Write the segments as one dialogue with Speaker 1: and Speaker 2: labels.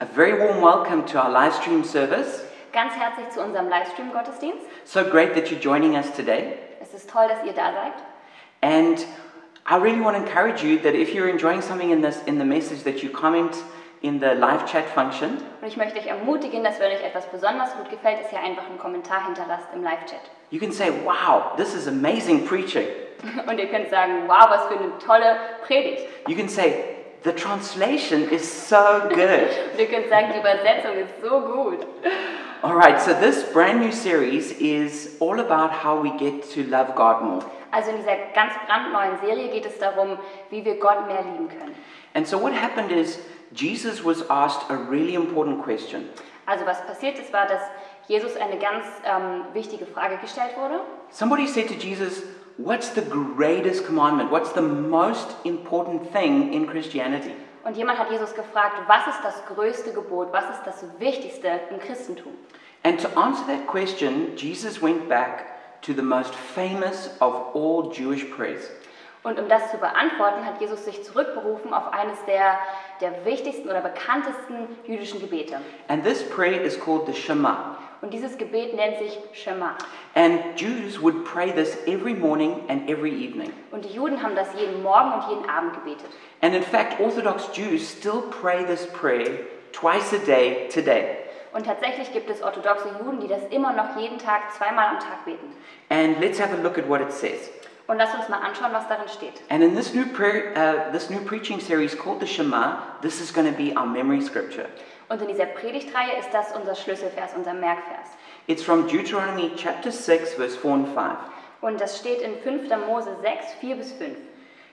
Speaker 1: A very warm welcome to our live stream service.
Speaker 2: Ganz herzlich zu unserem Livestream-Gottesdienst.
Speaker 1: So great that you're joining us today.
Speaker 2: Es ist toll, dass ihr da seid.
Speaker 1: And I really want to encourage you that if you're enjoying something in this in the message that you comment in the live chat function.
Speaker 2: Und ich möchte euch ermutigen, dass wenn euch etwas besonders gut gefällt, dass ihr einfach einen Kommentar hinterlasst im Live-Chat.
Speaker 1: You can say, "Wow, this is amazing preaching."
Speaker 2: Und ihr könnt sagen, wow, was für eine tolle Predigt.
Speaker 1: You can say, "The translation is so good."
Speaker 2: Und ihr könnt sagen, die Übersetzung ist so gut.
Speaker 1: all right, so this brand new series is all about how we get to love God more.
Speaker 2: Also in dieser ganz brandneuen Serie geht es darum, wie wir Gott mehr lieben können.
Speaker 1: And so what happened is Jesus was asked a really important question.
Speaker 2: Also was passiert ist, war, dass Jesus eine ganz ähm, wichtige Frage gestellt wurde.
Speaker 1: Somebody said to Jesus, What's the greatest commandment? What's the most important thing in Christianity?
Speaker 2: Und jemand hat Jesus gefragt, was ist das größte Gebot, was ist das Wichtigste im Christentum?
Speaker 1: And to answer that question, Jesus went back to the most famous of all Jewish prayers.
Speaker 2: Und um das zu beantworten, hat Jesus sich zurückberufen auf eines der, der wichtigsten oder bekanntesten jüdischen Gebete.
Speaker 1: And this prayer is called the Shema.
Speaker 2: Und dieses Gebet nennt sich Shema.
Speaker 1: And Jews would pray this every morning and every evening.
Speaker 2: Und die Juden haben das jeden Morgen und jeden Abend gebetet.
Speaker 1: And in fact, Orthodox Jews still pray this prayer twice a day today.
Speaker 2: Und tatsächlich gibt es orthodoxe Juden, die das immer noch jeden Tag zweimal am Tag beten.
Speaker 1: And let's have a look at what it says.
Speaker 2: Und lasst uns mal anschauen, was darin steht.
Speaker 1: And in this new prayer, uh, this new preaching series called the Shema, this is going to be our memory scripture.
Speaker 2: Und in dieser Predigtreihe ist das unser Schlüsselvers, unser Merkvers.
Speaker 1: It's from Deuteronomy chapter 6, verse 4 and 5.
Speaker 2: Und das steht in 5. Mose 6, 4 bis 5.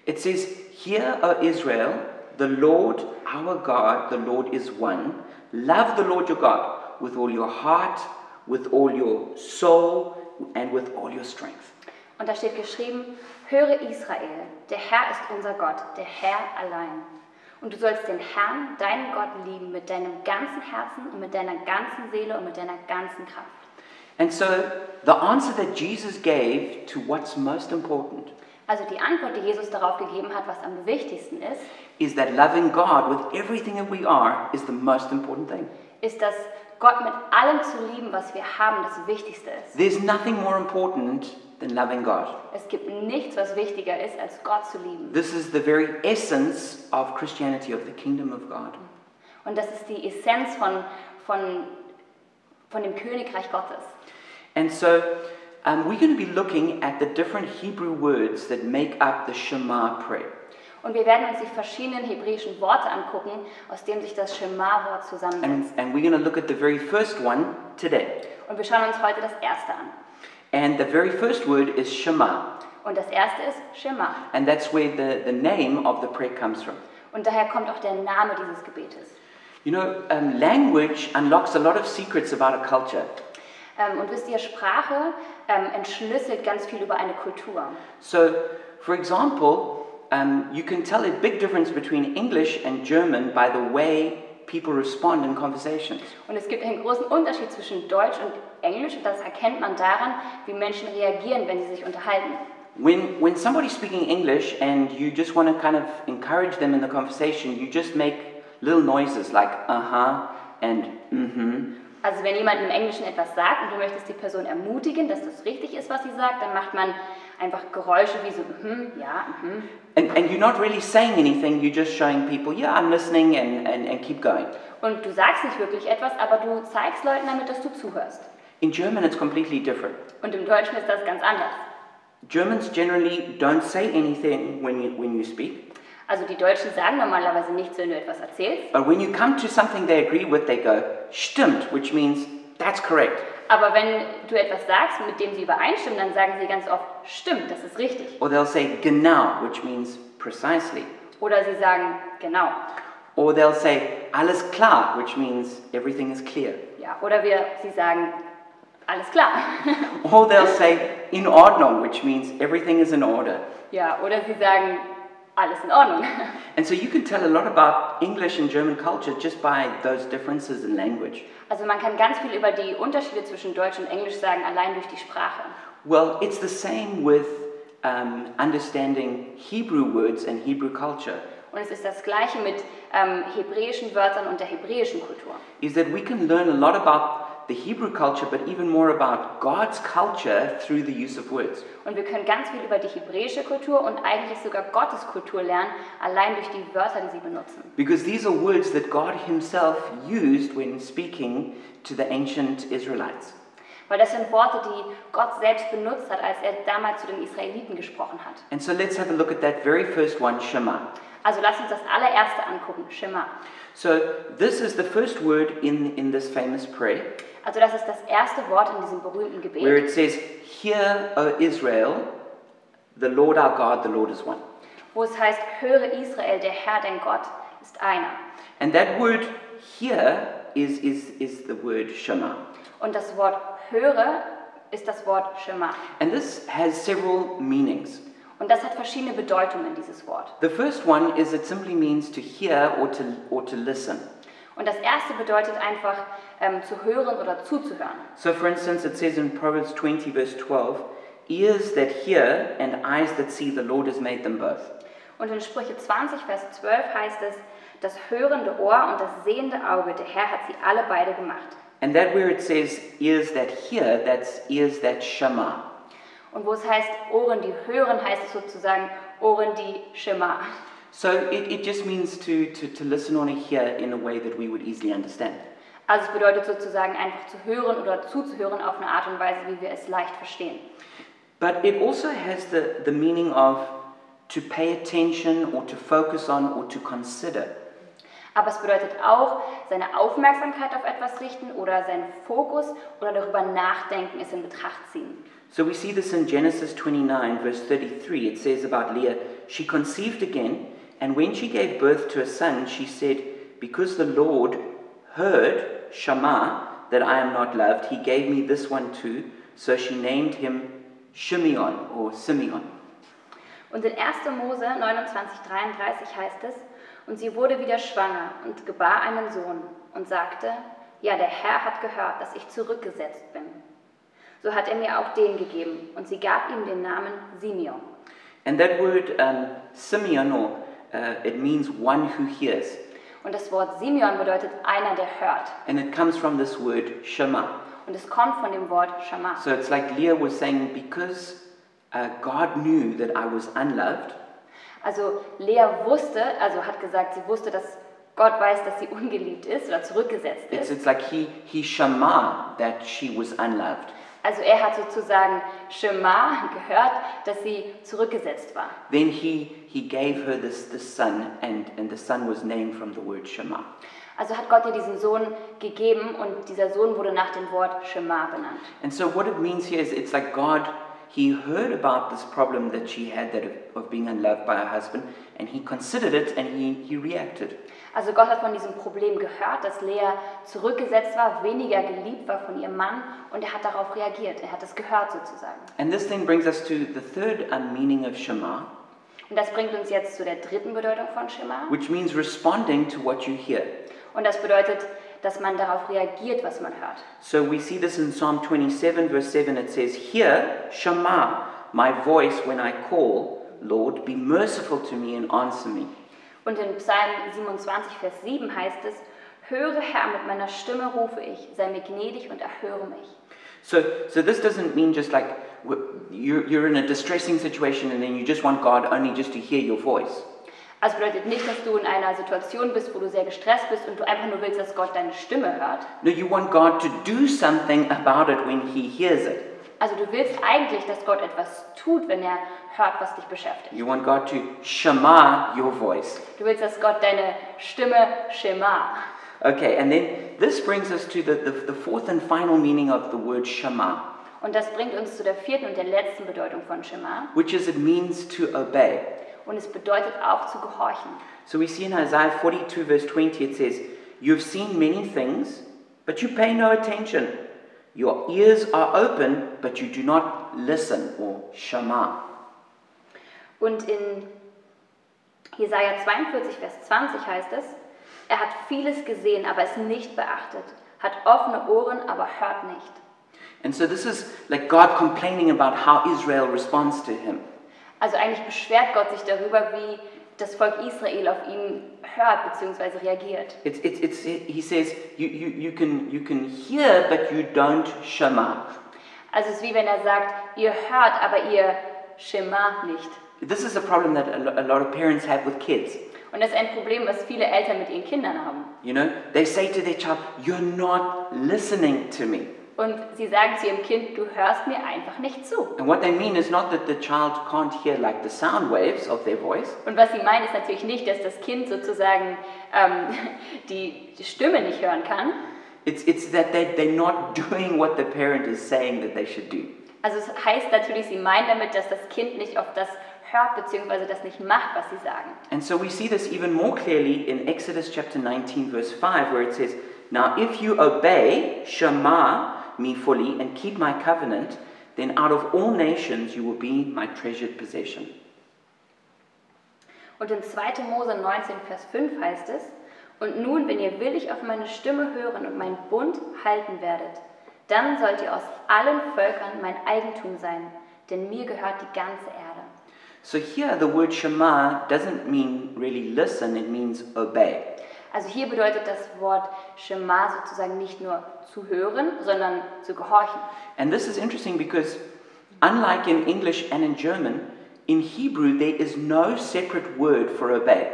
Speaker 1: It says, Hear, O Israel, the Lord our God, the Lord is one. Love the Lord your God with all your heart, with all your soul, and with all your strength.
Speaker 2: Und da steht geschrieben, höre Israel, der Herr ist unser Gott, der Herr allein. Und du sollst den Herrn, deinen Gott, lieben mit deinem ganzen Herzen und mit deiner ganzen Seele und mit deiner ganzen Kraft.
Speaker 1: And so, the answer that Jesus gave to what's most important
Speaker 2: Also die Antwort, die Jesus darauf gegeben hat, was am wichtigsten ist,
Speaker 1: is that loving God with everything that we are is the most important thing.
Speaker 2: ist, dass Gott mit allem zu lieben, was wir haben, das Wichtigste ist.
Speaker 1: There's nothing more important than loving God.
Speaker 2: Es gibt nichts, was wichtiger ist, als Gott zu lieben.
Speaker 1: This is the very essence of Christianity, of the kingdom of God.
Speaker 2: Und das ist die Essenz von, von, von dem Königreich Gottes.
Speaker 1: And so um, we're going to be looking at the different Hebrew words that make up the Shema prayer.
Speaker 2: Und wir werden uns die verschiedenen hebräischen Worte angucken, aus denen sich das Schema-Wort
Speaker 1: And,
Speaker 2: zusammensetzt.
Speaker 1: and we're going to look at the very first one today.
Speaker 2: Und wir schauen uns heute das erste an.
Speaker 1: And the very first word is Shema.
Speaker 2: Und das erste ist Schema.
Speaker 1: And that's where the, the name of the prayer comes from.
Speaker 2: Und daher kommt auch der Name dieses Gebetes.
Speaker 1: You know, um, language unlocks a lot of secrets about a culture.
Speaker 2: Ähm, und wisst ihr, Sprache ähm, entschlüsselt ganz viel über eine Kultur.
Speaker 1: So, for example, um, you can tell a big difference between English and German by the way people respond in conversations.
Speaker 2: Und es gibt einen großen Unterschied zwischen Deutsch und Englisch und das erkennt man daran, wie Menschen reagieren, wenn sie sich unterhalten.
Speaker 1: When, when somebody's speaking English and you just want to kind of encourage them in the conversation, you just make little noises like uh huh and mm hmm.
Speaker 2: Also wenn jemand im Englischen etwas sagt und du möchtest die Person ermutigen, dass das richtig ist, was sie sagt, dann macht man einfach Geräusche wie so, mhm, ja, mhm.
Speaker 1: And, and you're not really saying anything, you're just showing people, yeah, I'm listening and, and, and keep going.
Speaker 2: Und du sagst nicht wirklich etwas, aber du zeigst Leuten damit, dass du zuhörst.
Speaker 1: In German, it's completely different.
Speaker 2: Und im Deutschen ist das ganz anders.
Speaker 1: Germans generally don't say anything when you, when you speak,
Speaker 2: Also die Deutschen sagen normalerweise nichts, wenn du etwas erzählst,
Speaker 1: but when you come to something they agree with, they go, stimmt, which means that's correct.
Speaker 2: aber wenn du etwas sagst, mit dem sie übereinstimmen, dann sagen sie ganz oft, stimmt, das ist richtig.
Speaker 1: Or they'll say genau, which means precisely.
Speaker 2: Oder sie sagen, genau.
Speaker 1: Or they'll say alles klar, which means everything is clear.
Speaker 2: Ja, oder wir, sie sagen, alles klar.
Speaker 1: Or they'll say in ordnung, which means everything is in order.
Speaker 2: ja, oder sie sagen, alles in Ordnung.
Speaker 1: And so you can tell a lot about English and German culture just by those differences in language.
Speaker 2: Also man kann ganz viel über die Unterschiede zwischen Deutsch und Englisch sagen, allein durch die Sprache.
Speaker 1: Well, it's the same with um, understanding Hebrew words and Hebrew culture.
Speaker 2: Und es ist das Gleiche mit ähm, hebräischen Wörtern und der hebräischen Kultur.
Speaker 1: is that we can learn a lot about the Hebrew culture, but even more about God's culture through the use of words.
Speaker 2: Und wir können ganz viel über die hebräische Kultur und eigentlich sogar Gottes Kultur lernen, allein durch die Wörter, die sie benutzen.
Speaker 1: Because these are words that God Himself used when speaking to the ancient Israelites.
Speaker 2: Weil das sind Worte, die Gott selbst benutzt hat, als er damals zu den Israeliten gesprochen hat.
Speaker 1: And so let's have a look at that very first one, Shema.
Speaker 2: Also lass uns das allererste angucken, Schimmer.
Speaker 1: So this is the first word in, in this famous prayer
Speaker 2: Also das ist das erste Wort in diesem berühmten Gebet.
Speaker 1: where it says, Hear, O Israel, the Lord our God, the Lord is one.
Speaker 2: wo es heißt, höre Israel, der Herr, dein Gott, ist einer.
Speaker 1: And that word hear is, is, is the word Shema.
Speaker 2: Und das Wort höre ist das Wort Schema.
Speaker 1: And this has several meanings.
Speaker 2: Und das hat verschiedene Bedeutungen, dieses Wort.
Speaker 1: The first one is it simply means to hear or to, or to listen.
Speaker 2: Und das erste bedeutet einfach ähm, zu hören oder zuzuhören.
Speaker 1: So, for instance, it says in Proverbs 20, verse 12, ears that hear and eyes that see, the Lord has made them both.
Speaker 2: Und in Sprüche 20, Vers 12 heißt es, das hörende Ohr und das sehende Auge, der Herr hat sie alle beide gemacht.
Speaker 1: And that where it says ears that hear, that's ears that Shema.
Speaker 2: Und wo es heißt Ohren, die hören, heißt es sozusagen Ohren, die Schema.
Speaker 1: So it, it just means to, to, to listen or to hear in a way that we would easily understand.
Speaker 2: Also es bedeutet sozusagen einfach zu hören oder zuzuhören auf eine Art und Weise, wie wir es leicht verstehen.
Speaker 1: But it also has the, the meaning of to pay attention or to focus on or to consider.
Speaker 2: Aber es bedeutet auch, seine Aufmerksamkeit auf etwas richten oder seinen Fokus oder darüber nachdenken, es in Betracht ziehen.
Speaker 1: So we see this in Genesis 29, verse 33. It says about Leah, she conceived again, and when she gave birth to a son, she said, Because the Lord heard, Shema, that I am not loved, he gave me this one too. So she named him Shimeon or Simeon.
Speaker 2: Und in 1. Mose 29, 33 heißt es, und sie wurde wieder schwanger und gebar einen Sohn und sagte, ja, der Herr hat gehört, dass ich zurückgesetzt bin. So hat er mir auch den gegeben und sie gab ihm den Namen Simeon.
Speaker 1: And that word um, Simeon, or uh, it means one who hears,
Speaker 2: Und das Wort Simeon bedeutet einer, der hört.
Speaker 1: and it comes from this word Shema.
Speaker 2: Und es kommt von dem Wort Schama.
Speaker 1: So it's like Leah was saying, Because uh, God knew that I was unloved,
Speaker 2: Also Lea wusste, also hat gesagt, sie wusste, dass Gott weiß, dass sie ungeliebt ist oder zurückgesetzt
Speaker 1: It's,
Speaker 2: ist.
Speaker 1: it's like he, he shama that she was unloved.
Speaker 2: Also er hat sozusagen Shema gehört, dass sie zurückgesetzt war.
Speaker 1: Then he, he gave her this, this son, and, and the son was named from the word shama.
Speaker 2: Also hat Gott ihr diesen Sohn gegeben und dieser Sohn wurde nach dem Wort Shema benannt.
Speaker 1: And so what it means here is it's like God, he heard about this problem that she had that of, of being unloved by her husband, and he considered it and he, he reacted.
Speaker 2: Also Gott hat von diesem Problem gehört, dass Lea zurückgesetzt war, weniger geliebt war von ihrem Mann und er hat darauf reagiert. Er hat es gehört sozusagen.
Speaker 1: And this then brings us to the third um, meaning of shama,
Speaker 2: Und das bringt uns jetzt zu der dritten Bedeutung von Shema.
Speaker 1: which means responding to what you hear.
Speaker 2: Und das bedeutet, dass man darauf reagiert, was man hört.
Speaker 1: So we see this in Psalm 27, verse 7. It says, Hear, Shema, my voice when I call, Lord, be merciful to me and answer me.
Speaker 2: Und in Psalm 27, Vers 7 heißt es, Höre Herr, mit meiner Stimme rufe ich, sei mir gnädig und erhöre mich.
Speaker 1: So, so this doesn't mean just like w- you're, you're in a distressing situation and then you just want God only just to hear your voice.
Speaker 2: Also bedeutet nicht, dass du in einer Situation bist, wo du sehr gestresst bist und du einfach nur willst, dass Gott deine Stimme hört.
Speaker 1: No, you want God to do something about it when He hears it.
Speaker 2: Also du willst eigentlich, dass Gott etwas tut, wenn er hört, was dich beschäftigt.
Speaker 1: You want God to Shema your voice.
Speaker 2: Du willst, dass Gott deine Stimme Schema.
Speaker 1: Okay, and then this brings us to the, the, the fourth and final meaning of the word Shema,
Speaker 2: Und das bringt uns zu der vierten und der letzten Bedeutung von Schema.
Speaker 1: which is it means to obey.
Speaker 2: Und es bedeutet auch zu gehorchen.
Speaker 1: So we see in Isaiah 42, verse 20, it says, You've seen many things, but you pay no attention. Your ears are open, but you do not listen, or Shema.
Speaker 2: Und in Jesaja 42, Vers 20 heißt es: Er hat vieles gesehen, aber es nicht beachtet, hat offene Ohren, aber hört nicht.
Speaker 1: And so this is like God complaining about how Israel responds to him.
Speaker 2: Also eigentlich beschwert Gott sich darüber, wie das Volk Israel auf ihn hört bzw. reagiert.
Speaker 1: It's, it's, it's, he says, you, you, you, can, you can hear, but you don't shema.
Speaker 2: Also es ist wie wenn er sagt, ihr hört, aber ihr Schema nicht.
Speaker 1: This is a problem that a lo- a lot of parents have with kids.
Speaker 2: Und das ist ein Problem, was viele Eltern mit ihren Kindern haben.
Speaker 1: You know, they say to their child, You're not listening to me.
Speaker 2: Und sie sagen zu ihrem Kind, du hörst mir einfach nicht zu.
Speaker 1: And what they mean is not that the child can't hear like the sound waves of their voice,
Speaker 2: Und was sie meinen, ist natürlich nicht, dass das Kind sozusagen ähm, die, die Stimme nicht hören kann.
Speaker 1: it's, it's that they, they're not doing what the parent is saying that they should do.
Speaker 2: Also es heißt natürlich, sie meinen damit, dass das Kind nicht auf das hört bzw. das nicht macht, was sie sagen.
Speaker 1: And so we see this even more clearly in Exodus chapter 19, verse 5, where it says, Now if you obey Shema me fully and keep my covenant, then out of all nations you will be my treasured possession.
Speaker 2: Und in 2. Mose 19, Vers 5 heißt es, Und nun, wenn ihr willig auf meine Stimme hören und meinen Bund halten werdet, dann sollt ihr aus allen Völkern mein Eigentum sein, denn mir gehört die ganze Erde.
Speaker 1: So here the word Shema doesn't mean really listen, it means obey.
Speaker 2: Also hier bedeutet das Wort Shema sozusagen nicht nur zu hören, sondern zu gehorchen.
Speaker 1: And this is interesting because, unlike in English and in German, in Hebrew there is no separate word for obey.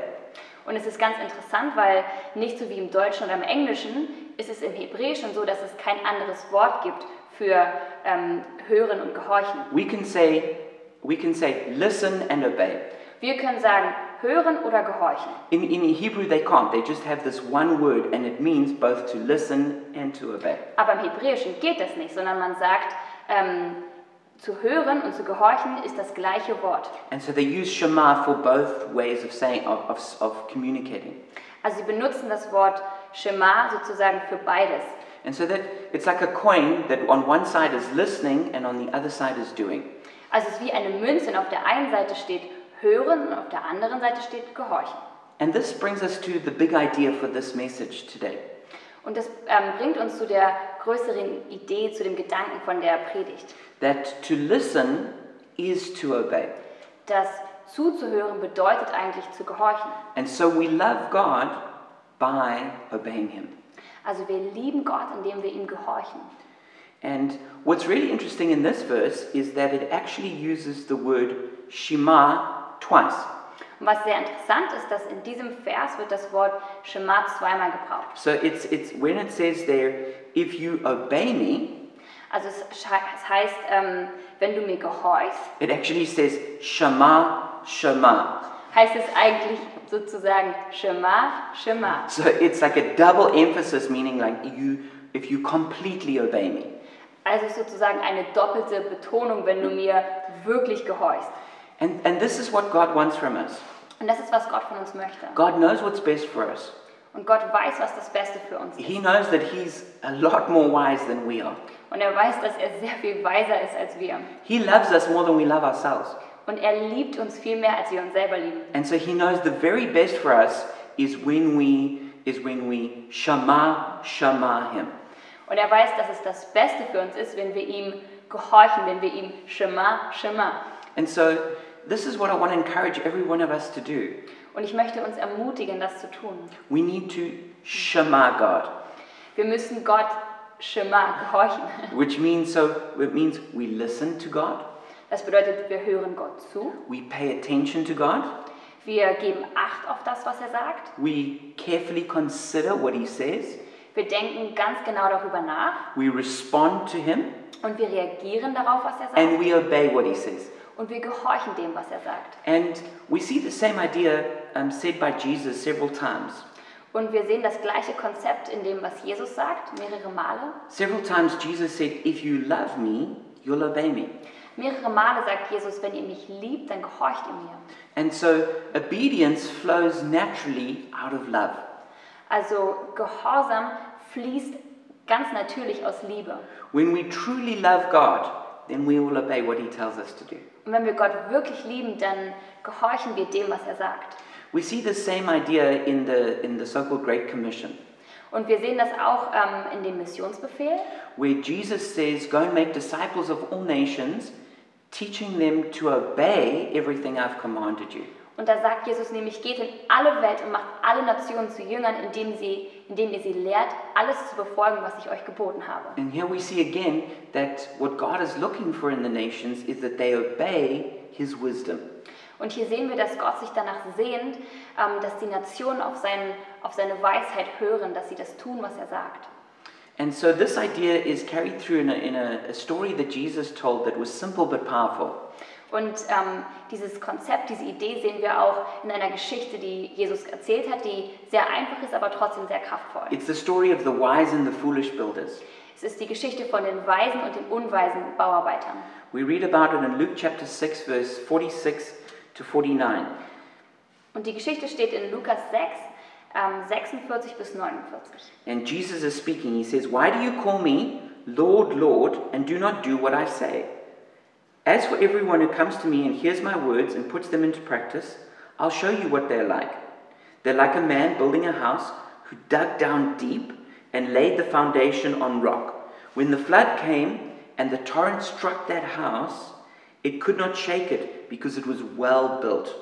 Speaker 2: Und es ist ganz interessant, weil nicht so wie im Deutschen oder im Englischen ist es im Hebräischen so, dass es kein anderes Wort gibt für ähm, hören und gehorchen.
Speaker 1: We can say, we can say listen and obey.
Speaker 2: Wir können sagen hören oder gehorchen.
Speaker 1: In, in Hebrew they can't. They just have this one word, and it means both to listen and to obey.
Speaker 2: Aber im Hebräischen geht das nicht, sondern man sagt, ähm, zu hören und zu gehorchen ist das gleiche Wort.
Speaker 1: And so they use Shema for both ways of saying of, of, of communicating.
Speaker 2: Also sie benutzen das Wort Shema sozusagen für beides.
Speaker 1: And so that it's like a coin that on one side is listening and on the other side is doing.
Speaker 2: Also es ist wie eine Münze und auf der einen Seite steht hören und auf der anderen Seite steht gehorchen.
Speaker 1: And this brings us to the big idea for this message today.
Speaker 2: Und das ähm, bringt uns zu der größeren Idee, zu dem Gedanken von der Predigt.
Speaker 1: that to listen is to obey.
Speaker 2: Das zuzuhören bedeutet eigentlich zu gehorchen.
Speaker 1: And so we love God by obeying Him.
Speaker 2: Also wir lieben Gott, indem wir ihm gehorchen.
Speaker 1: And what's really interesting in this verse is that it actually uses the word Shema twice.
Speaker 2: Und was sehr interessant ist, dass in diesem Vers wird das Wort Shema zweimal gebraucht.
Speaker 1: So it's, it's when it says there, if you obey me,
Speaker 2: Also es, sche- es heißt, ähm, wenn du mir gehorchst,
Speaker 1: it actually says Shema, Shema.
Speaker 2: heißt es eigentlich sozusagen Shema, Shema.
Speaker 1: So it's like a double emphasis, meaning like you, if you completely obey me.
Speaker 2: Also es ist sozusagen eine doppelte Betonung, wenn du mir wirklich gehorchst.
Speaker 1: And, and this is what God wants from us.
Speaker 2: Und das ist, was Gott von uns möchte.
Speaker 1: God knows what's best for us.
Speaker 2: Und Gott weiß, was das Beste für uns ist.
Speaker 1: He knows that he's a lot more wise than we are.
Speaker 2: Und er weiß, dass er sehr viel weiser ist als wir.
Speaker 1: He loves us more than we love ourselves.
Speaker 2: Und er liebt uns viel mehr, als wir uns selber lieben.
Speaker 1: And so he knows the very best for us is when we is when we shama shama him.
Speaker 2: Und er weiß, dass es das Beste für uns ist, wenn wir ihm gehorchen, wenn wir ihm Shema, Shema.
Speaker 1: And so this is what I want to encourage every one of us to do.
Speaker 2: Und ich möchte uns ermutigen, das zu tun.
Speaker 1: We need to shama God,
Speaker 2: Wir müssen Gott Shema gehorchen.
Speaker 1: which means so it means we listen to God,
Speaker 2: Das bedeutet, wir hören Gott zu.
Speaker 1: we pay attention to God,
Speaker 2: Wir geben Acht auf das, was er sagt.
Speaker 1: we carefully consider what he says,
Speaker 2: Wir denken ganz genau darüber nach
Speaker 1: we respond to him,
Speaker 2: und wir reagieren darauf, was er
Speaker 1: and
Speaker 2: sagt.
Speaker 1: we obey what he says.
Speaker 2: Und wir gehorchen dem, was er sagt.
Speaker 1: And we see the same idea um, said by Jesus several times.
Speaker 2: Und wir sehen das gleiche Konzept in dem, was Jesus sagt, mehrere Male.
Speaker 1: Several times Jesus said, If you love me, you'll obey me.
Speaker 2: Mehrere Male sagt Jesus, wenn ihr mich liebt, dann gehorcht ihr mir.
Speaker 1: And so obedience flows naturally out of love.
Speaker 2: Also Gehorsam fließt ganz natürlich aus Liebe.
Speaker 1: When we truly love God, then we will obey what he tells us to do.
Speaker 2: Und wenn wir Gott wirklich lieben, dann gehorchen wir dem, was er sagt.
Speaker 1: We see the same idea in the, in the so called Great Commission,
Speaker 2: Und wir sehen das auch ähm, in dem Missionsbefehl,
Speaker 1: where Jesus says, Go and make disciples of all nations, teaching them to obey everything I've commanded you.
Speaker 2: Und da sagt Jesus nämlich, geht in alle Welt und macht alle Nationen zu Jüngern, indem, sie, indem ihr sie lehrt, alles zu befolgen, was ich euch geboten habe.
Speaker 1: And here we see again that what God is looking for in the nations is that they obey his wisdom.
Speaker 2: Und hier sehen wir, dass Gott sich danach sehnt, ähm, dass die Nationen auf, seinen, auf seine Weisheit hören, dass sie das tun, was er sagt.
Speaker 1: And so this idea is carried through in a, in a, a story that Jesus told that was simple but powerful.
Speaker 2: Und ähm, dieses Konzept, diese Idee sehen wir auch in einer Geschichte, die Jesus erzählt hat, die sehr einfach ist, aber trotzdem sehr kraftvoll.
Speaker 1: It's the story of the wise and the foolish builders.
Speaker 2: Es ist die Geschichte von den Weisen und den unweisen Bauarbeitern.
Speaker 1: We read about it in Luke chapter 6, verse 46 to 49.
Speaker 2: Und die Geschichte steht in Lukas 6, ähm, 46 bis 49.
Speaker 1: And Jesus is speaking. He says, Why do you call me Lord, Lord, and do not do what I say? As for everyone who comes to me and hears my words and puts them into practice, I'll show you what they're like. They're like a man building a house who dug down deep and laid the foundation on rock. When the flood came and the torrent struck that house, it could not shake it because it was well built.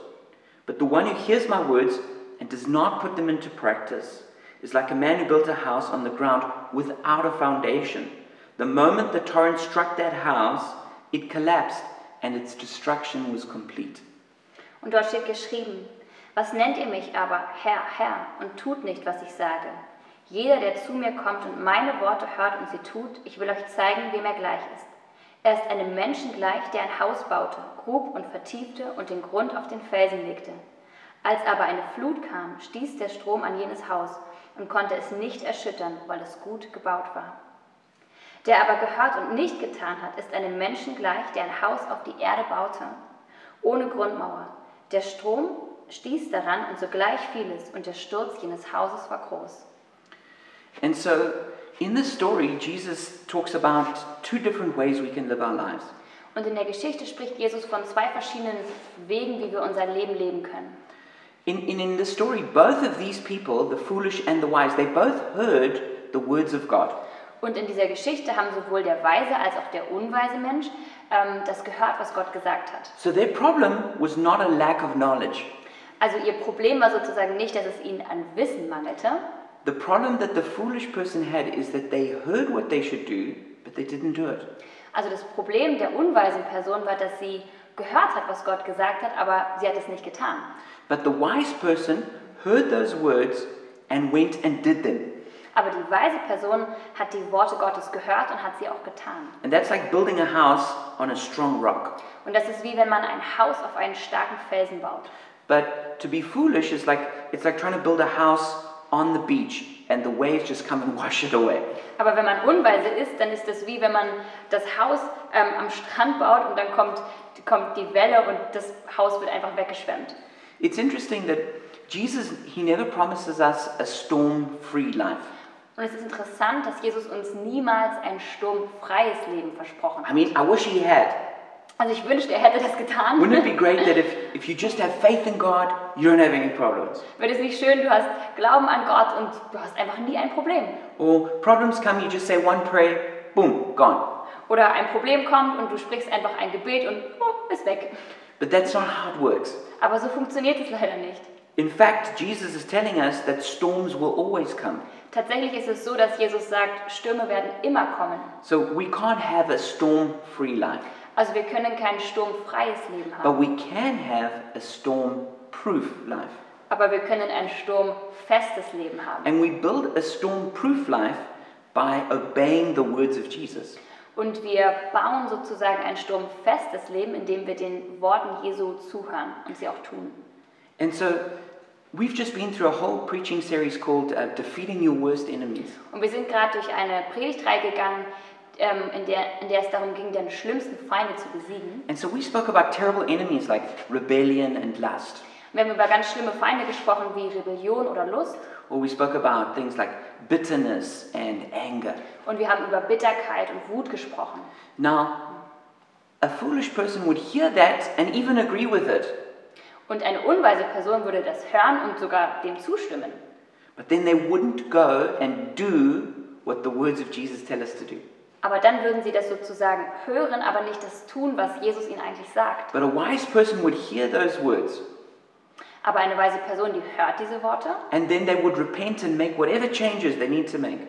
Speaker 1: But the one who hears my words and does not put them into practice is like a man who built a house on the ground without a foundation. The moment the torrent struck that house, it collapsed and its destruction was complete.
Speaker 2: Und dort steht geschrieben, was nennt ihr mich aber Herr, Herr und tut nicht, was ich sage? Jeder, der zu mir kommt und meine Worte hört und sie tut, ich will euch zeigen, wem er gleich ist. Er ist einem Menschen gleich, der ein Haus baute, grub und vertiefte und den Grund auf den Felsen legte. Als aber eine Flut kam, stieß der Strom an jenes Haus und konnte es nicht erschüttern, weil es gut gebaut war. Der aber gehört und nicht getan hat, ist einem Menschen gleich, der ein Haus auf die Erde baute, ohne Grundmauer. Der Strom stieß daran und sogleich fiel es, und der Sturz jenes Hauses war groß.
Speaker 1: And so, in this story, Jesus talks about two different ways we can live our lives.
Speaker 2: Und in der Geschichte spricht Jesus von zwei verschiedenen Wegen, wie wir unser Leben leben können.
Speaker 1: In, in, in this story, both of these people, the foolish and the wise, they both heard the words of God.
Speaker 2: Und in dieser Geschichte haben sowohl der weise als auch der unweise Mensch ähm, das gehört, was Gott gesagt hat.
Speaker 1: So, their problem was not a lack of knowledge.
Speaker 2: Also ihr Problem war sozusagen nicht, dass es ihnen an Wissen mangelte.
Speaker 1: The problem that the foolish person had is that they heard what they should do, but they didn't do it.
Speaker 2: Also das Problem der unweisen Person war, dass sie gehört hat, was Gott gesagt hat, aber sie hat es nicht getan.
Speaker 1: But the wise person heard those words and went and did them.
Speaker 2: Aber die weise Person hat die Worte Gottes gehört und hat sie auch getan.
Speaker 1: And that's like building a house on a strong rock.
Speaker 2: Und das ist wie wenn man ein Haus auf einen starken Felsen baut.
Speaker 1: But to be foolish is like it's like trying to build a house on the beach and the waves just come and wash it away.
Speaker 2: Aber wenn man unweise ist, dann ist das wie wenn man das Haus ähm, am Strand baut und dann kommt, kommt die Welle und das Haus wird einfach weggeschwemmt.
Speaker 1: It's interesting that Jesus he never promises us a storm-free life.
Speaker 2: Und es ist interessant, dass Jesus uns niemals ein sturmfreies Leben versprochen
Speaker 1: I
Speaker 2: hat.
Speaker 1: mean, I wish he had.
Speaker 2: Also ich wünschte, er hätte das getan.
Speaker 1: Wouldn't it be great that if, if you just have faith in God, you don't have any problems?
Speaker 2: Wird es nicht schön, du hast Glauben an Gott und du hast einfach nie ein Problem.
Speaker 1: Or problems come, you just say one prayer, boom, gone.
Speaker 2: Oder ein Problem kommt und du sprichst einfach ein Gebet und oh, ist weg.
Speaker 1: But that's not how it works.
Speaker 2: Aber so funktioniert es leider nicht.
Speaker 1: In fact, Jesus is telling us that storms will always come.
Speaker 2: Tatsächlich ist es so, dass Jesus sagt, Stürme werden immer kommen.
Speaker 1: So we can't have a storm free life,
Speaker 2: Also wir können kein sturmfreies Leben haben,
Speaker 1: but we can have a storm proof life.
Speaker 2: aber wir können ein sturmfestes Leben haben.
Speaker 1: And we build a storm proof life by obeying the words of Jesus.
Speaker 2: Und wir bauen sozusagen ein sturmfestes Leben, indem wir den Worten Jesu zuhören und sie auch tun.
Speaker 1: And so we've just been through a whole preaching series called uh, Defeating Your Worst Enemies.
Speaker 2: Und wir sind gerade durch eine Predigtreihe gegangen, ähm, in, der, in der es darum ging, deine schlimmsten Feinde zu besiegen.
Speaker 1: And so we spoke about terrible enemies like rebellion and lust,
Speaker 2: Und wir haben über ganz schlimme Feinde gesprochen, wie Rebellion oder Lust.
Speaker 1: or we spoke about things like bitterness and anger.
Speaker 2: Und wir haben über Bitterkeit und Wut gesprochen.
Speaker 1: Now, a foolish person would hear that and even agree with it,
Speaker 2: Und eine unweise Person würde das hören und sogar dem zustimmen.
Speaker 1: but then they wouldn't go and do what the words of Jesus tell us to do.
Speaker 2: Aber dann würden sie das sozusagen hören, aber nicht das tun, was Jesus ihnen eigentlich sagt.
Speaker 1: But a wise person would hear those words
Speaker 2: Aber eine weise Person, die hört diese Worte
Speaker 1: and then they would repent and make whatever changes they need to make.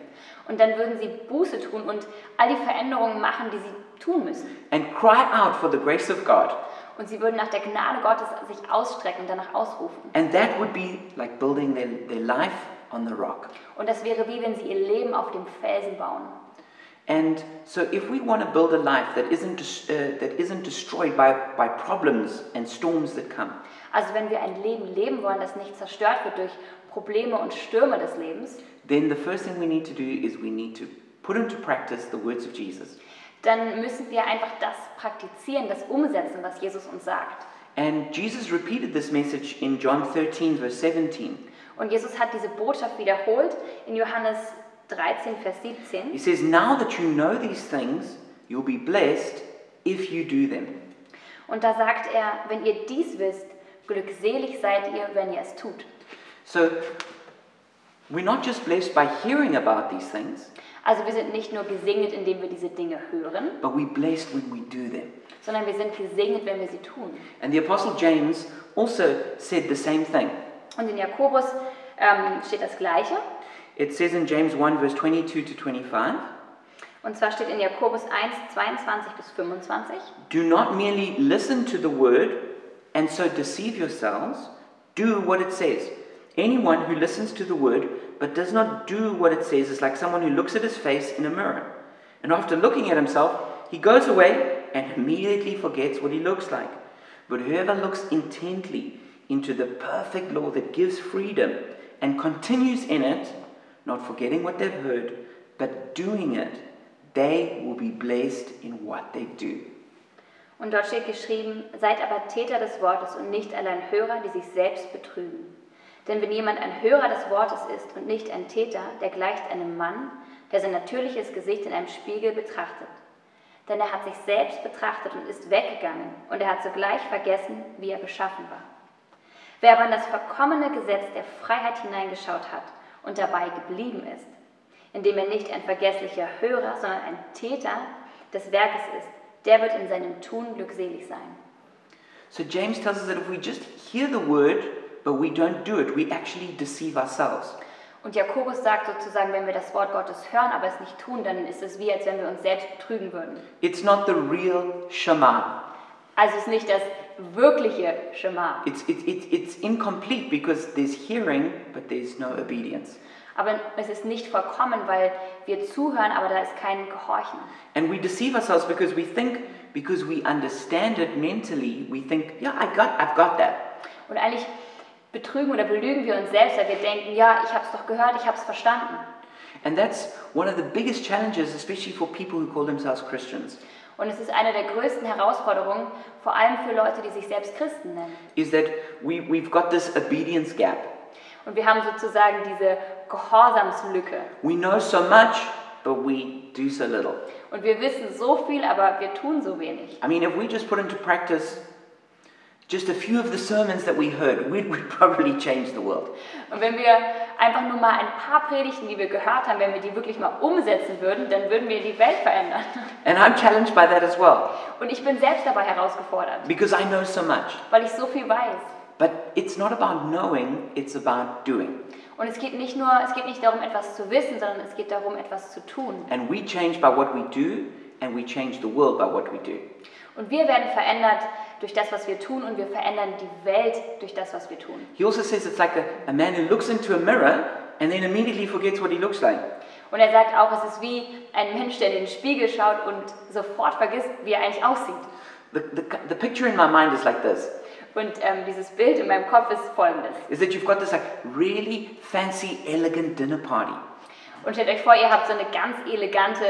Speaker 2: und dann würden sie Buße tun und all die Veränderungen machen, die sie tun müssen.
Speaker 1: and cry out for the grace of God.
Speaker 2: Und sie würden nach der Gnade Gottes sich ausstrecken und danach ausrufen.
Speaker 1: And that would be like building their, their life on the rock.
Speaker 2: Und das wäre wie wenn sie ihr Leben auf dem Felsen bauen.
Speaker 1: And so, if we want to build a life that isn't, des- uh, that isn't destroyed by, by problems and storms that come,
Speaker 2: Also wenn wir ein Leben leben wollen, das nicht zerstört wird durch Probleme und Stürme des Lebens,
Speaker 1: then the first thing we need to do is we need to put into practice the words of Jesus.
Speaker 2: dann müssen wir einfach das praktizieren, das umsetzen, was Jesus uns sagt.
Speaker 1: And Jesus repeated this message in John 13, verse 17.
Speaker 2: Und Jesus hat diese Botschaft wiederholt in Johannes 13, Vers
Speaker 1: He
Speaker 2: 17.
Speaker 1: says, Now that you know these things, you'll be blessed if you do them.
Speaker 2: Und da sagt er, wenn ihr dies wisst, glückselig seid ihr, wenn ihr es tut.
Speaker 1: So we're not just blessed by hearing about these things,
Speaker 2: Also wir sind nicht nur gesegnet, indem wir diese Dinge hören,
Speaker 1: but we're blessed when we do them.
Speaker 2: sondern wir sind gesegnet, wenn wir sie tun.
Speaker 1: And the Apostle James also said the same thing.
Speaker 2: Und in Jakobus ähm, steht das Gleiche.
Speaker 1: It says in James 1, verse 22 to 25
Speaker 2: Und zwar steht in Jakobus 1, 22 bis 25.
Speaker 1: Do not merely listen to the word and so deceive yourselves. Do what it says. Anyone who listens to the word but does not do what it says is like someone who looks at his face in a mirror. And after looking at himself, he goes away and immediately forgets what he looks like. But whoever looks intently into the perfect law that gives freedom and continues in it, not forgetting what they've heard, but doing it, they will be blessed in what they do.
Speaker 2: Und dort steht geschrieben, seid aber Täter des Wortes und nicht allein Hörer, die sich selbst betrügen. Denn wenn jemand ein Hörer des Wortes ist und nicht ein Täter, der gleicht einem Mann, der sein natürliches Gesicht in einem Spiegel betrachtet. Denn er hat sich selbst betrachtet und ist weggegangen, und er hat sogleich vergessen, wie er beschaffen war. Wer aber in das verkommene Gesetz der Freiheit hineingeschaut hat und dabei geblieben ist, indem er nicht ein vergesslicher Hörer, sondern ein Täter des Werkes ist, der wird in seinem Tun glückselig sein.
Speaker 1: So James tells us that if we just hear the word but we don't do it, we actually deceive ourselves.
Speaker 2: Und Jakobus sagt sozusagen, wenn wir das Wort Gottes hören, aber es nicht tun, dann ist es wie, als wenn wir uns selbst betrügen würden.
Speaker 1: It's not the real Shema.
Speaker 2: Also es ist nicht das wirkliche Schema.
Speaker 1: It's, it, it, it's incomplete because there's hearing but there's no obedience.
Speaker 2: Aber es ist nicht vollkommen, weil wir zuhören, aber da ist kein Gehorchen.
Speaker 1: And we deceive ourselves because we think because we understand it mentally, we think, yeah, I got, I've got that.
Speaker 2: Und eigentlich betrügen oder belügen wir uns selbst, weil wir denken, ja, ich habe es doch gehört, ich habe es verstanden.
Speaker 1: And that's one of the biggest challenges, especially for people who call themselves Christians,
Speaker 2: Und es ist eine der größten Herausforderungen, vor allem für Leute, die sich selbst Christen nennen.
Speaker 1: is that we, we've got this obedience gap.
Speaker 2: Und wir haben sozusagen diese Gehorsamslücke.
Speaker 1: We know so much, but we do so little.
Speaker 2: Und wir wissen so viel, aber wir tun so wenig.
Speaker 1: I mean, if we just put into practice just a few of the sermons that we heard, we'd, we'd probably change the world.
Speaker 2: Und wenn wir einfach nur mal ein paar Predigten, die wir gehört haben, wenn wir die wirklich mal umsetzen würden, dann würden wir die Welt verändern.
Speaker 1: And I'm challenged by that as well
Speaker 2: Und ich bin selbst dabei herausgefordert,
Speaker 1: because I know so much.
Speaker 2: weil ich so viel weiß.
Speaker 1: But it's not about knowing, it's about doing.
Speaker 2: Und es geht nicht nur, es geht nicht darum, etwas zu wissen, sondern es geht darum, etwas zu tun.
Speaker 1: And we change by what we do, and we change the world by what we do.
Speaker 2: Und wir werden verändert durch das, was wir tun und wir verändern die Welt durch das, was wir tun.
Speaker 1: He also says it's like a, a man who looks into a mirror and then immediately forgets what he looks like.
Speaker 2: Und er sagt auch, es ist wie ein Mensch, der in den Spiegel schaut und sofort vergisst, wie er eigentlich aussieht.
Speaker 1: The, the, the picture in my mind is like this
Speaker 2: Und ähm, dieses Bild in meinem Kopf ist folgendes.
Speaker 1: is that you've got this like really fancy, elegant dinner party.
Speaker 2: Und stellt euch vor, ihr habt so eine ganz elegante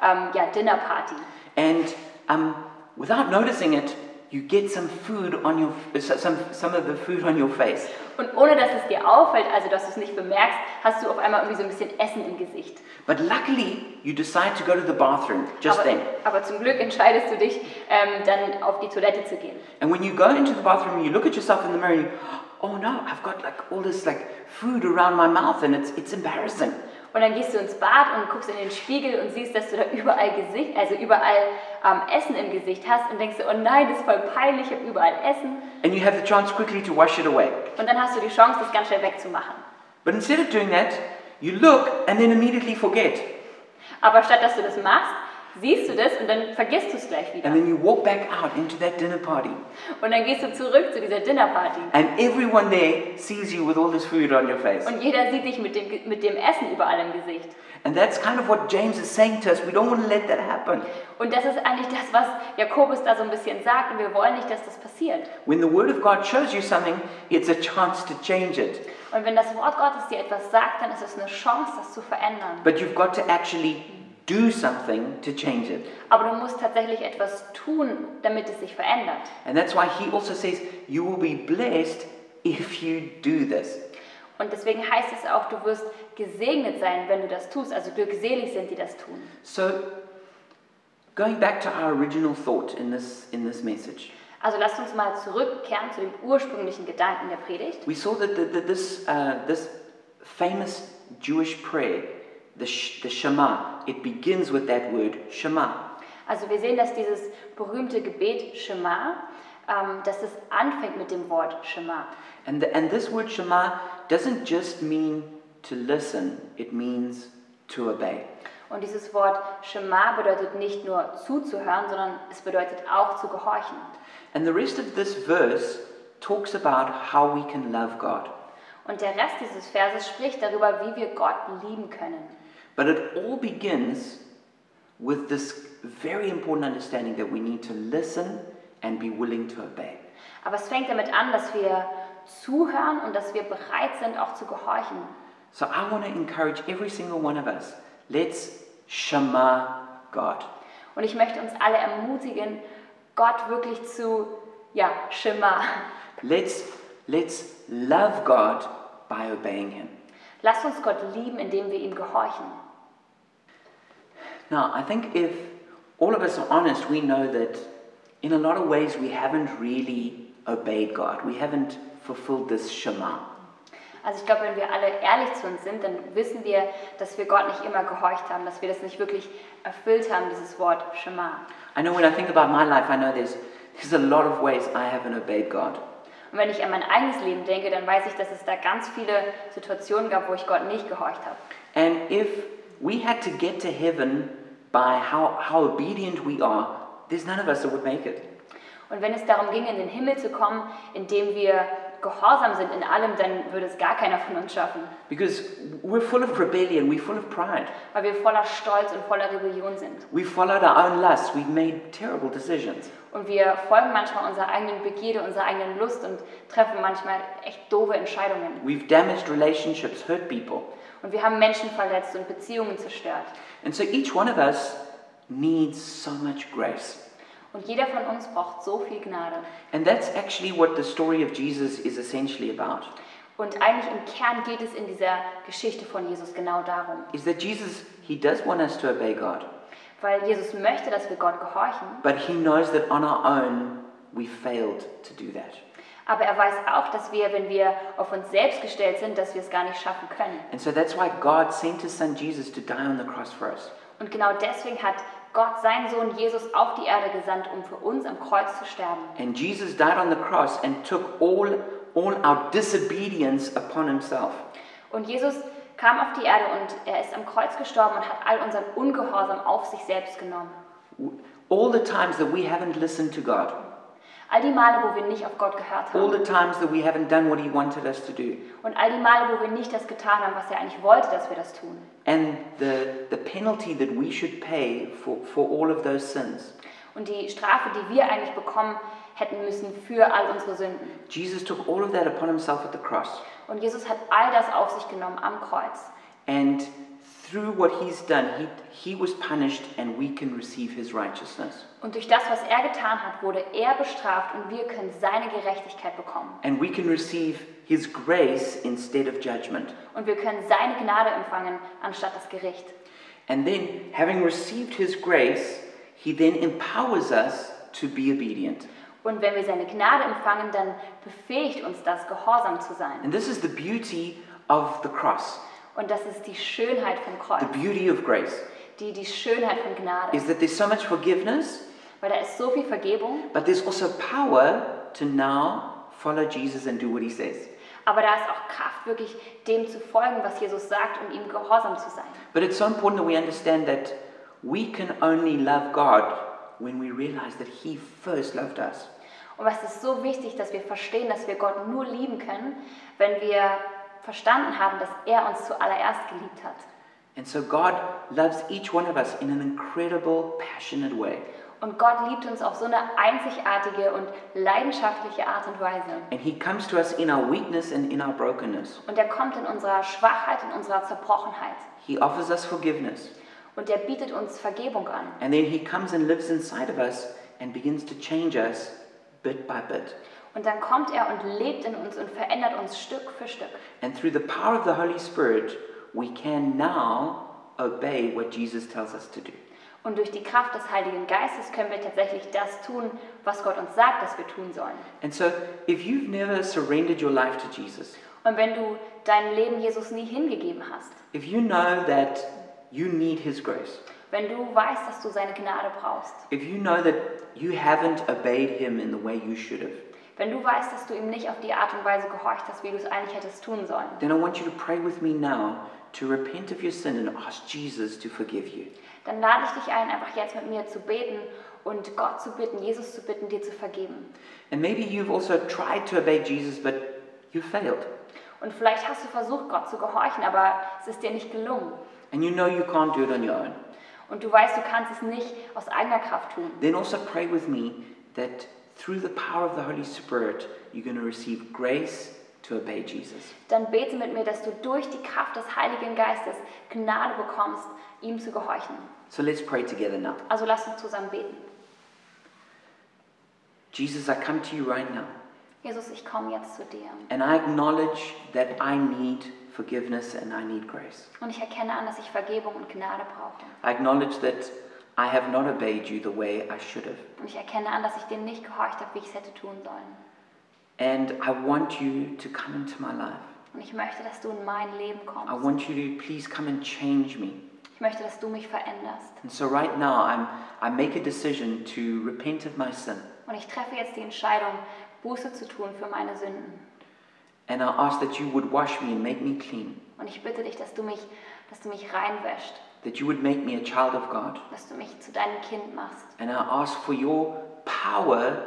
Speaker 2: ähm, ja, Dinnerparty.
Speaker 1: And um, without noticing it, you get some food on your f- so- some some of the food on your face.
Speaker 2: Und ohne dass es dir auffällt, also dass du es nicht bemerkst, hast du auf einmal irgendwie so ein bisschen Essen im Gesicht.
Speaker 1: But luckily, you decide to go to the bathroom just
Speaker 2: Aber,
Speaker 1: then.
Speaker 2: aber zum Glück entscheidest du dich, ähm, dann auf die Toilette zu gehen.
Speaker 1: And when you go into the bathroom, you look at yourself in the mirror. And you, oh no, I've got like all this like food around my mouth, and it's it's embarrassing.
Speaker 2: Und dann gehst du ins Bad und guckst in den Spiegel und siehst, dass du da überall Gesicht, also überall ähm, Essen im Gesicht hast und denkst, dir, oh nein, das ist voll peinlich, ich habe überall Essen.
Speaker 1: and you have the chance quickly to wash it away.
Speaker 2: Und dann hast du die Chance, das ganz schnell wegzumachen.
Speaker 1: But instead of doing that, you look and then immediately forget.
Speaker 2: Aber statt dass du das machst, siehst du das und dann vergisst du es gleich wieder.
Speaker 1: And then you walk back out into that dinner party,
Speaker 2: Und dann gehst du zurück zu dieser Dinnerparty.
Speaker 1: and everyone there sees you with all this food on your face.
Speaker 2: Und jeder sieht dich mit dem, mit dem Essen überall im Gesicht.
Speaker 1: And that's kind of what James is saying to us. We don't want to let that happen.
Speaker 2: Und das ist eigentlich das, was Jakobus da so ein bisschen sagt. Und wir wollen nicht, dass das passiert.
Speaker 1: When the Word of God shows you something, it's a chance to change it.
Speaker 2: Und wenn das Wort Gottes dir etwas sagt, dann ist es eine Chance, das zu verändern.
Speaker 1: But you've got to actually do something to change it.
Speaker 2: Aber du musst tatsächlich etwas tun, damit es sich verändert.
Speaker 1: And that's why he also says, You will be blessed if you do this.
Speaker 2: Und deswegen heißt es auch, du wirst gesegnet sein, wenn du das tust. Also glückselig sind, die das tun.
Speaker 1: So, going back to our original thought in this, in this message,
Speaker 2: Also lasst uns mal zurückkehren zu dem ursprünglichen Gedanken der Predigt.
Speaker 1: we saw that the, the, this, uh, this famous Jewish prayer, the, sh- the Shema, it begins with that word, Shema.
Speaker 2: Also wir sehen, dass dieses berühmte Gebet Shema, ähm, dass es anfängt mit dem Wort Shema.
Speaker 1: And, the, and this word Shema doesn't just mean to listen, it means to obey.
Speaker 2: Und dieses Wort Shema bedeutet nicht nur zuzuhören, sondern es bedeutet auch zu gehorchen.
Speaker 1: And the rest of this verse talks about how we can love God.
Speaker 2: Und der Rest dieses Verses spricht darüber, wie wir Gott lieben können.
Speaker 1: But it all begins with this very important understanding that we need to listen and be willing to obey.
Speaker 2: Aber es fängt damit an, dass wir zuhören und dass wir bereit sind, auch zu gehorchen.
Speaker 1: So I want to encourage every single one of us let's Shema God.
Speaker 2: Und ich möchte uns alle ermutigen, Gott wirklich zu, ja, Shema.
Speaker 1: Let's, let's love God by obeying Him.
Speaker 2: Lasst uns Gott lieben, indem wir ihm gehorchen.
Speaker 1: Now, I think if all of us are honest, we know that in a lot of ways we haven't really obeyed God. We haven't fulfilled this Shema.
Speaker 2: Also ich glaube, wenn wir alle ehrlich zu uns sind, dann wissen wir, dass wir Gott nicht immer gehorcht haben, dass wir das nicht wirklich erfüllt haben, dieses Wort Shema.
Speaker 1: I know when I think about my life, I know there's, there's a lot of ways I haven't obeyed God.
Speaker 2: Und wenn ich an mein eigenes Leben denke, dann weiß ich, dass es da ganz viele Situationen gab, wo ich Gott nicht gehorcht habe.
Speaker 1: And if we had to get to heaven by how, how obedient we are, there's none of us that would make it.
Speaker 2: Und wenn es darum ging, in den Himmel zu kommen, indem wir gehorsam sind in allem, dann würde es gar keiner von uns schaffen,
Speaker 1: Because we're full of rebellion, we're full of pride.
Speaker 2: weil wir voller Stolz und voller Rebellion sind.
Speaker 1: We followed our own lusts, we've made terrible decisions.
Speaker 2: Und wir folgen manchmal unserer eigenen Begierde, unserer eigenen Lust und treffen manchmal echt doofe Entscheidungen.
Speaker 1: We've damaged relationships, hurt people.
Speaker 2: Und wir haben Menschen verletzt und Beziehungen zerstört.
Speaker 1: And so each one of us needs so much grace.
Speaker 2: Und jeder von uns braucht so viel Gnade.
Speaker 1: And that's actually what the story of Jesus is essentially about.
Speaker 2: Und eigentlich im Kern geht es in dieser Geschichte von Jesus genau darum.
Speaker 1: Is that Jesus, he does want us to obey God,
Speaker 2: Weil Jesus möchte, dass wir Gott gehorchen,
Speaker 1: but he knows that on our own we failed to do that.
Speaker 2: aber er weiß auch, dass wir, wenn wir auf uns selbst gestellt sind, dass wir es gar nicht schaffen können.
Speaker 1: And so that's why God sent his son Jesus to die on the cross for us.
Speaker 2: Und genau deswegen hat Gott seinen Sohn Jesus auf die Erde gesandt, um für uns am Kreuz zu sterben.
Speaker 1: And Jesus died on the cross and took all, all our disobedience upon himself.
Speaker 2: Und Jesus kam auf die Erde und er ist am Kreuz gestorben und hat all unseren Ungehorsam auf sich selbst genommen.
Speaker 1: All the times that we haven't listened to God,
Speaker 2: All die Male, wo wir nicht auf Gott gehört haben.
Speaker 1: all the times that we haven't done what he wanted us to do.
Speaker 2: Und all die Male, wo wir nicht das getan haben, was er eigentlich wollte, dass wir das tun.
Speaker 1: And the, the penalty that we should pay for, for all of those sins.
Speaker 2: Und die Strafe, die wir eigentlich bekommen hätten müssen für all unsere Sünden.
Speaker 1: Jesus took all of that upon himself at the cross.
Speaker 2: Und Jesus hat all das auf sich genommen am Kreuz.
Speaker 1: And through what he's done, he, he was punished and we can receive his righteousness.
Speaker 2: Und durch das, was er getan hat, wurde er bestraft und wir können seine Gerechtigkeit bekommen.
Speaker 1: And we can receive his grace instead of judgment.
Speaker 2: Und wir können seine Gnade empfangen anstatt das Gericht.
Speaker 1: And then, having received his grace, he then empowers us to be obedient.
Speaker 2: Und wenn wir seine Gnade empfangen, dann befähigt uns das, gehorsam zu sein.
Speaker 1: And this is the beauty of the cross.
Speaker 2: Und das ist die Schönheit vom
Speaker 1: The
Speaker 2: Kreuz,
Speaker 1: beauty of grace
Speaker 2: die, die Schönheit von Gnade.
Speaker 1: is that there's so much forgiveness,
Speaker 2: Weil da ist so viel Vergebung,
Speaker 1: but there's also power to now follow Jesus and do what he says.
Speaker 2: aber da ist auch Kraft, wirklich dem zu folgen, was Jesus sagt und ihm gehorsam zu sein.
Speaker 1: But it's so important that we understand that we can only love God when we realize that he first loved us.
Speaker 2: Und was ist so wichtig, dass wir verstehen, dass wir Gott nur lieben können, wenn wir verstanden haben, dass er uns zuallererst geliebt hat.
Speaker 1: And so God loves each one of us in an incredible, passionate way.
Speaker 2: Und Gott liebt uns auf so eine einzigartige und leidenschaftliche Art und Weise.
Speaker 1: And he comes to us in our weakness and in our brokenness.
Speaker 2: Und er kommt in unserer Schwachheit, in unserer Zerbrochenheit.
Speaker 1: He offers us forgiveness.
Speaker 2: Und er bietet uns Vergebung an.
Speaker 1: And then he comes and lives inside of us and begins to change us bit by bit.
Speaker 2: Und dann kommt er und lebt in uns und verändert uns Stück für Stück.
Speaker 1: And through the power of the Holy Spirit, we can now obey what Jesus tells us to do.
Speaker 2: Und durch die Kraft des Heiligen Geistes können wir tatsächlich das tun, was Gott uns sagt, dass wir tun sollen.
Speaker 1: And so, if you've never surrendered your life to Jesus,
Speaker 2: Und wenn du dein Leben Jesus nie hingegeben hast,
Speaker 1: if you know that you need his grace,
Speaker 2: wenn du weißt, dass du seine Gnade brauchst,
Speaker 1: if you know that you haven't obeyed him in the way you should have,
Speaker 2: wenn du weißt, dass du ihm nicht auf die Art und Weise gehorcht hast, wie du es eigentlich hättest tun sollen,
Speaker 1: then I want you to pray with me now to repent of your sin and ask Jesus to forgive you.
Speaker 2: dann lade ich dich ein, einfach jetzt mit mir zu beten und Gott zu bitten, Jesus zu bitten, dir zu vergeben.
Speaker 1: And maybe you've also tried to obey Jesus, but you failed.
Speaker 2: Und vielleicht hast du versucht, Gott zu gehorchen, aber es ist dir nicht gelungen.
Speaker 1: And you know you can't do it on your own.
Speaker 2: Und du weißt, du kannst es nicht aus eigener Kraft tun.
Speaker 1: Then also pray with me that through the power of the Holy Spirit, you're going to receive grace to obey Jesus.
Speaker 2: Dann bete mit mir, dass du durch die Kraft des Heiligen Geistes Gnade bekommst, ihm zu gehorchen.
Speaker 1: So let's pray together now.
Speaker 2: Also lass uns zusammen beten.
Speaker 1: Jesus, I come to you right now,
Speaker 2: Jesus, ich komme jetzt zu dir.
Speaker 1: and I acknowledge that I need forgiveness and I need grace.
Speaker 2: Und ich erkenne an, dass ich Vergebung und Gnade brauche.
Speaker 1: I acknowledge that I have not obeyed you the way I should have.
Speaker 2: Und ich erkenne an, dass ich dir nicht gehorcht habe, wie ich es hätte tun sollen.
Speaker 1: And I want you to come into my life.
Speaker 2: Und ich möchte, dass du in mein Leben
Speaker 1: I
Speaker 2: kommst.
Speaker 1: want you to please come and change me.
Speaker 2: Ich möchte, dass du mich veränderst.
Speaker 1: And so right now I'm I make a decision to repent of my sin.
Speaker 2: Und ich treffe jetzt die Entscheidung, Buße zu tun für meine Sünden.
Speaker 1: And I ask that you would wash me and make me clean,
Speaker 2: Und ich bitte dich, dass du mich, dass du mich reinwäscht,
Speaker 1: that you would make me a child of God.
Speaker 2: dass du mich zu deinem Kind machst.
Speaker 1: And I ask for your power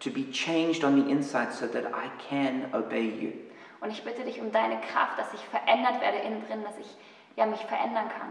Speaker 1: to be changed on the inside so that I can obey you.
Speaker 2: Und ich bitte dich um deine Kraft, dass ich verändert werde innen drin, dass ich ja mich verändern kann.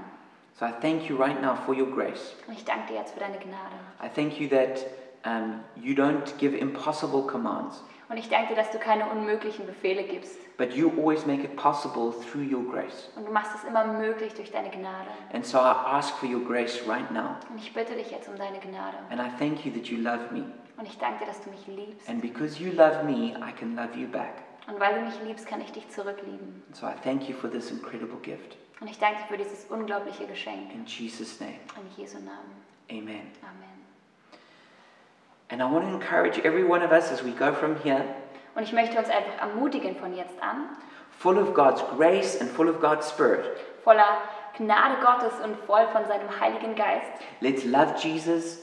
Speaker 1: So I thank you right now for your grace.
Speaker 2: Und ich danke dir jetzt für deine Gnade.
Speaker 1: I thank you that um, you don't give impossible commands,
Speaker 2: Und ich danke dir, dass du keine unmöglichen Befehle gibst.
Speaker 1: but you always make it possible through your grace.
Speaker 2: Und du machst es immer möglich durch deine Gnade.
Speaker 1: And so I ask for your grace right now.
Speaker 2: Und ich bitte dich jetzt um deine Gnade.
Speaker 1: And I thank you that you love me.
Speaker 2: Und ich danke dir, dass du mich liebst.
Speaker 1: And because you love me, I can love you back.
Speaker 2: Und weil du mich liebst, kann ich dich zurücklieben.
Speaker 1: And so I thank you for this incredible gift.
Speaker 2: Und ich danke dir für dieses unglaubliche Geschenk.
Speaker 1: In Jesus' name,
Speaker 2: In Jesu Namen.
Speaker 1: amen.
Speaker 2: Amen.
Speaker 1: And I want to encourage every one of us as we go from here,
Speaker 2: Und ich möchte uns einfach ermutigen von jetzt an,
Speaker 1: full of God's grace and full of God's Spirit.
Speaker 2: voller Gnade Gottes und voll von seinem Heiligen Geist.
Speaker 1: Let's love Jesus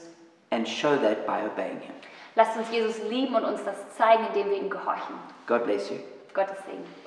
Speaker 1: and show that by obeying him.
Speaker 2: Lasst uns Jesus lieben und uns das zeigen, indem wir ihm gehorchen.
Speaker 1: God bless you.
Speaker 2: Gottes Segen.